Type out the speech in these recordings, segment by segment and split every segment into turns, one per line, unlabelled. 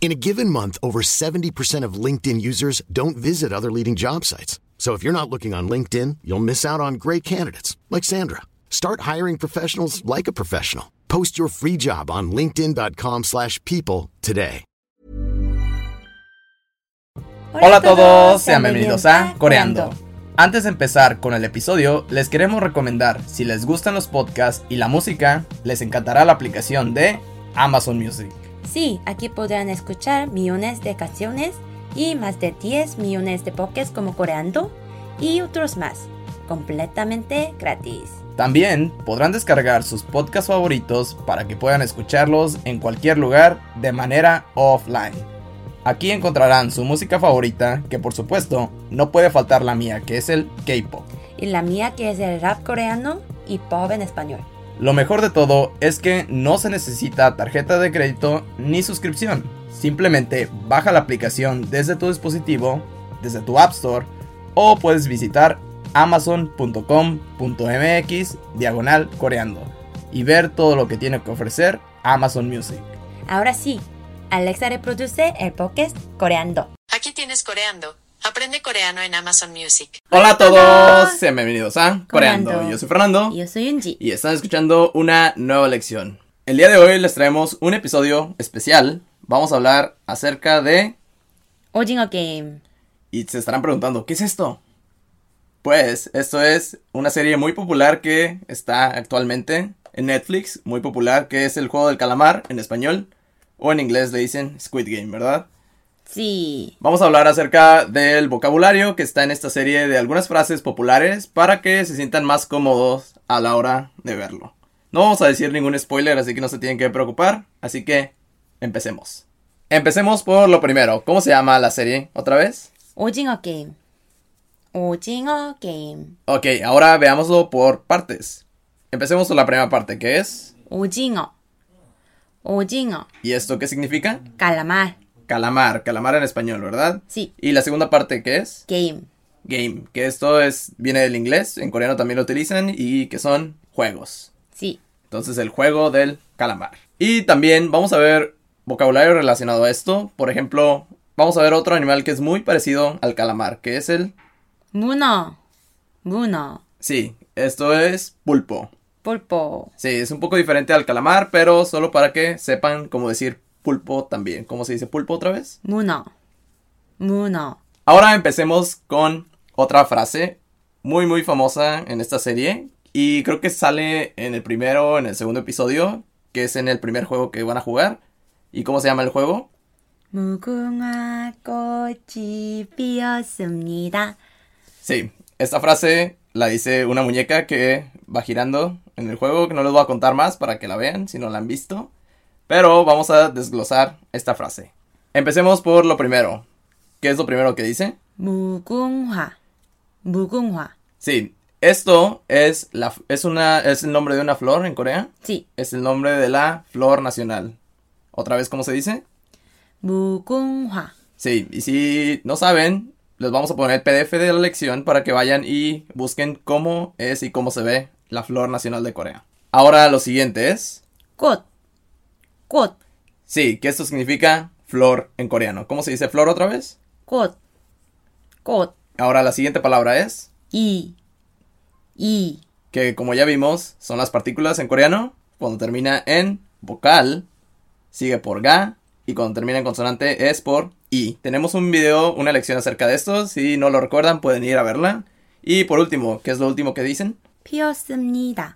In a given month, over 70% of LinkedIn users don't visit other leading job sites. So if you're not looking on LinkedIn, you'll miss out on great candidates like Sandra. Start hiring professionals like a professional. Post your free job on linkedin.com/people slash people today.
Hola a todos, sean bienvenidos a Coreando. Antes de empezar con el episodio, les queremos recomendar, si les gustan los podcasts y la música, les encantará la aplicación de Amazon Music.
Sí, aquí podrán escuchar millones de canciones y más de 10 millones de podcasts como Coreando y otros más, completamente gratis.
También podrán descargar sus podcasts favoritos para que puedan escucharlos en cualquier lugar de manera offline. Aquí encontrarán su música favorita, que por supuesto no puede faltar la mía, que es el K-Pop.
Y la mía que es el rap coreano y pop en español.
Lo mejor de todo es que no se necesita tarjeta de crédito ni suscripción. Simplemente baja la aplicación desde tu dispositivo, desde tu App Store o puedes visitar amazon.com.mx diagonal coreando y ver todo lo que tiene que ofrecer Amazon Music.
Ahora sí, Alexa reproduce el podcast Coreando.
Aquí tienes Coreando. Aprende coreano en Amazon Music.
Hola a todos, sean bienvenidos a Coreando.
Coreando.
Yo soy Fernando.
Yo soy Yunji.
y están escuchando una nueva lección. El día de hoy les traemos un episodio especial. Vamos a hablar acerca de...
Ojingo Game.
Y se estarán preguntando, ¿qué es esto? Pues esto es una serie muy popular que está actualmente en Netflix, muy popular, que es el juego del calamar en español, o en inglés le dicen Squid Game, ¿verdad?
Sí.
Vamos a hablar acerca del vocabulario que está en esta serie de algunas frases populares para que se sientan más cómodos a la hora de verlo. No vamos a decir ningún spoiler, así que no se tienen que preocupar. Así que empecemos. Empecemos por lo primero. ¿Cómo se llama la serie? ¿Otra vez?
Ojingo Game. Ojingo Game.
Ok, ahora veámoslo por partes. Empecemos con la primera parte, que es...
Ojingo. Ojingo.
¿Y esto qué significa?
Calamar.
Calamar, calamar en español, ¿verdad?
Sí.
¿Y la segunda parte qué es?
Game.
Game, que esto es, viene del inglés, en coreano también lo utilizan y que son juegos.
Sí.
Entonces el juego del calamar. Y también vamos a ver vocabulario relacionado a esto. Por ejemplo, vamos a ver otro animal que es muy parecido al calamar, que es el...
Muno. Muno.
Sí, esto es pulpo.
Pulpo.
Sí, es un poco diferente al calamar, pero solo para que sepan cómo decir pulpo también. ¿Cómo se dice pulpo otra vez?
Muno. Muno.
Ahora empecemos con otra frase muy muy famosa en esta serie y creo que sale en el primero, en el segundo episodio, que es en el primer juego que van a jugar. ¿Y cómo se llama el juego?
무궁화 꽃이 피었습니다.
Sí, esta frase la dice una muñeca que va girando en el juego, que no les voy a contar más para que la vean si no la han visto, pero vamos a desglosar esta frase. Empecemos por lo primero. ¿Qué es lo primero que dice?
무궁화. 무궁화.
Sí, esto es la es una es el nombre de una flor en Corea.
Sí.
Es el nombre de la flor nacional. Otra vez, ¿cómo se dice?
무궁화.
Sí, y si no saben, les vamos a poner el PDF de la lección para que vayan y busquen cómo es y cómo se ve la flor nacional de Corea. Ahora lo siguiente es,
꽃. 꽃.
sí, que esto significa flor en coreano. ¿Cómo se dice flor otra vez?
꽃. 꽃.
Ahora la siguiente palabra es,
이. 이.
que como ya vimos, son las partículas en coreano. Cuando termina en vocal, sigue por ga. Y cuando termina en consonante es por i. Tenemos un video, una lección acerca de esto. Si no lo recuerdan, pueden ir a verla. Y por último, ¿qué es lo último que dicen?
피었습니다.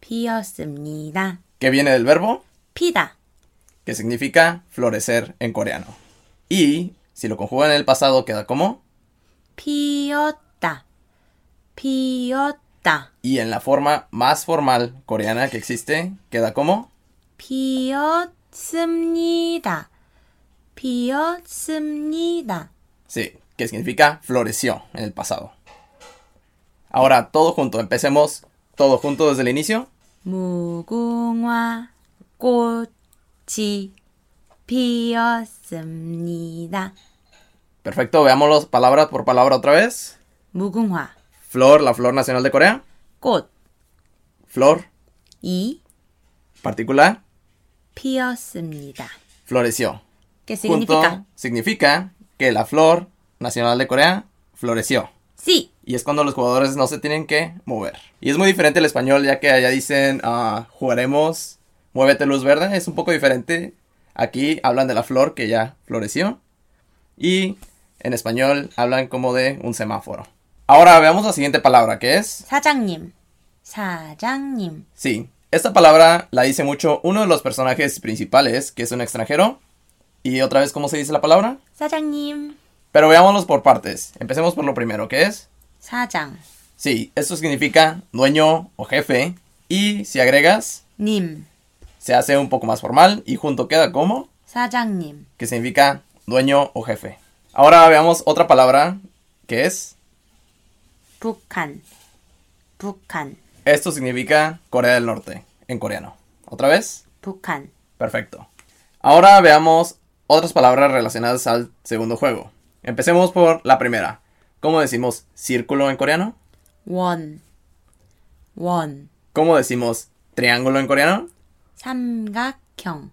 피었습니다.
Que viene del verbo,
피다.
que significa florecer en coreano. Y si lo conjugan en el pasado, queda como.
피었다. 피었다.
Y en la forma más formal coreana que existe, queda como.
피었습니다. 피었습니다.
Sí, que significa floreció en el pasado. Ahora, todo junto, empecemos todo junto desde el inicio.
무궁화 꽃이 피었습니다.
Perfecto, veámoslos palabra por palabra otra vez.
무궁화
Flor, la flor nacional de Corea. Flor,
꽃이
particular,
피었습니다.
floreció.
¿Qué
Junto
significa?
significa que la flor nacional de Corea floreció.
Sí,
Y es cuando los jugadores no se tienen que mover. Y es muy diferente el español, ya que allá dicen, ah, jugaremos, muévete luz verde. Es un poco diferente. Aquí hablan de la flor que ya floreció. Y en español hablan como de un semáforo. Ahora veamos la siguiente palabra, que es,
사장님. 사장님.
sí. Esta palabra la dice mucho uno de los personajes principales, que es un extranjero. Y otra vez, ¿cómo se dice la palabra?
사장님.
Pero veámoslos por partes. Empecemos por lo primero, que es,
사장.
Sí, esto significa dueño o jefe. Y si agregas,
님.
se hace un poco más formal y junto queda como,
사장님.
que significa dueño o jefe. Ahora veamos otra palabra que es.
북한. 북한.
Esto significa Corea del Norte en coreano. ¿Otra vez?
북한.
Perfecto. Ahora veamos otras palabras relacionadas al segundo juego. Empecemos por la primera. ¿Cómo decimos círculo en coreano?
원. 원.
¿Cómo decimos triángulo en coreano?
삼각형.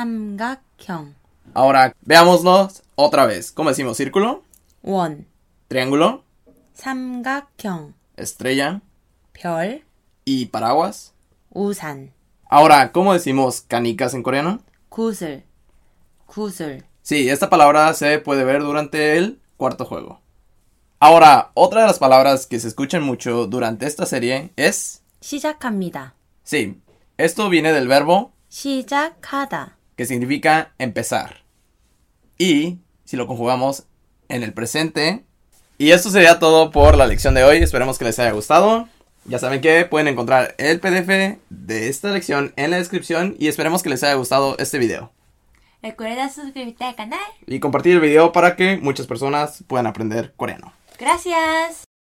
삼각형.
Ahora veámoslos otra vez. ¿Cómo decimos círculo?
원.
triángulo,
삼각형.
estrella
별.
y paraguas.
우산.
Ahora, ¿cómo decimos canicas en coreano?
구슬. 구슬.
Sí, esta palabra se puede ver durante el cuarto juego. Ahora, otra de las palabras que se escuchan mucho durante esta serie es...
시작합니다.
Sí, esto viene del verbo
시작하다.
que significa empezar. Y si lo conjugamos en el presente. Y esto sería todo por la lección de hoy. Esperemos que les haya gustado. Ya saben que pueden encontrar el PDF de esta lección en la descripción y esperemos que les haya gustado este video.
Recuerda suscribirte al canal.
Y compartir el video para que muchas personas puedan aprender coreano.
Gracias.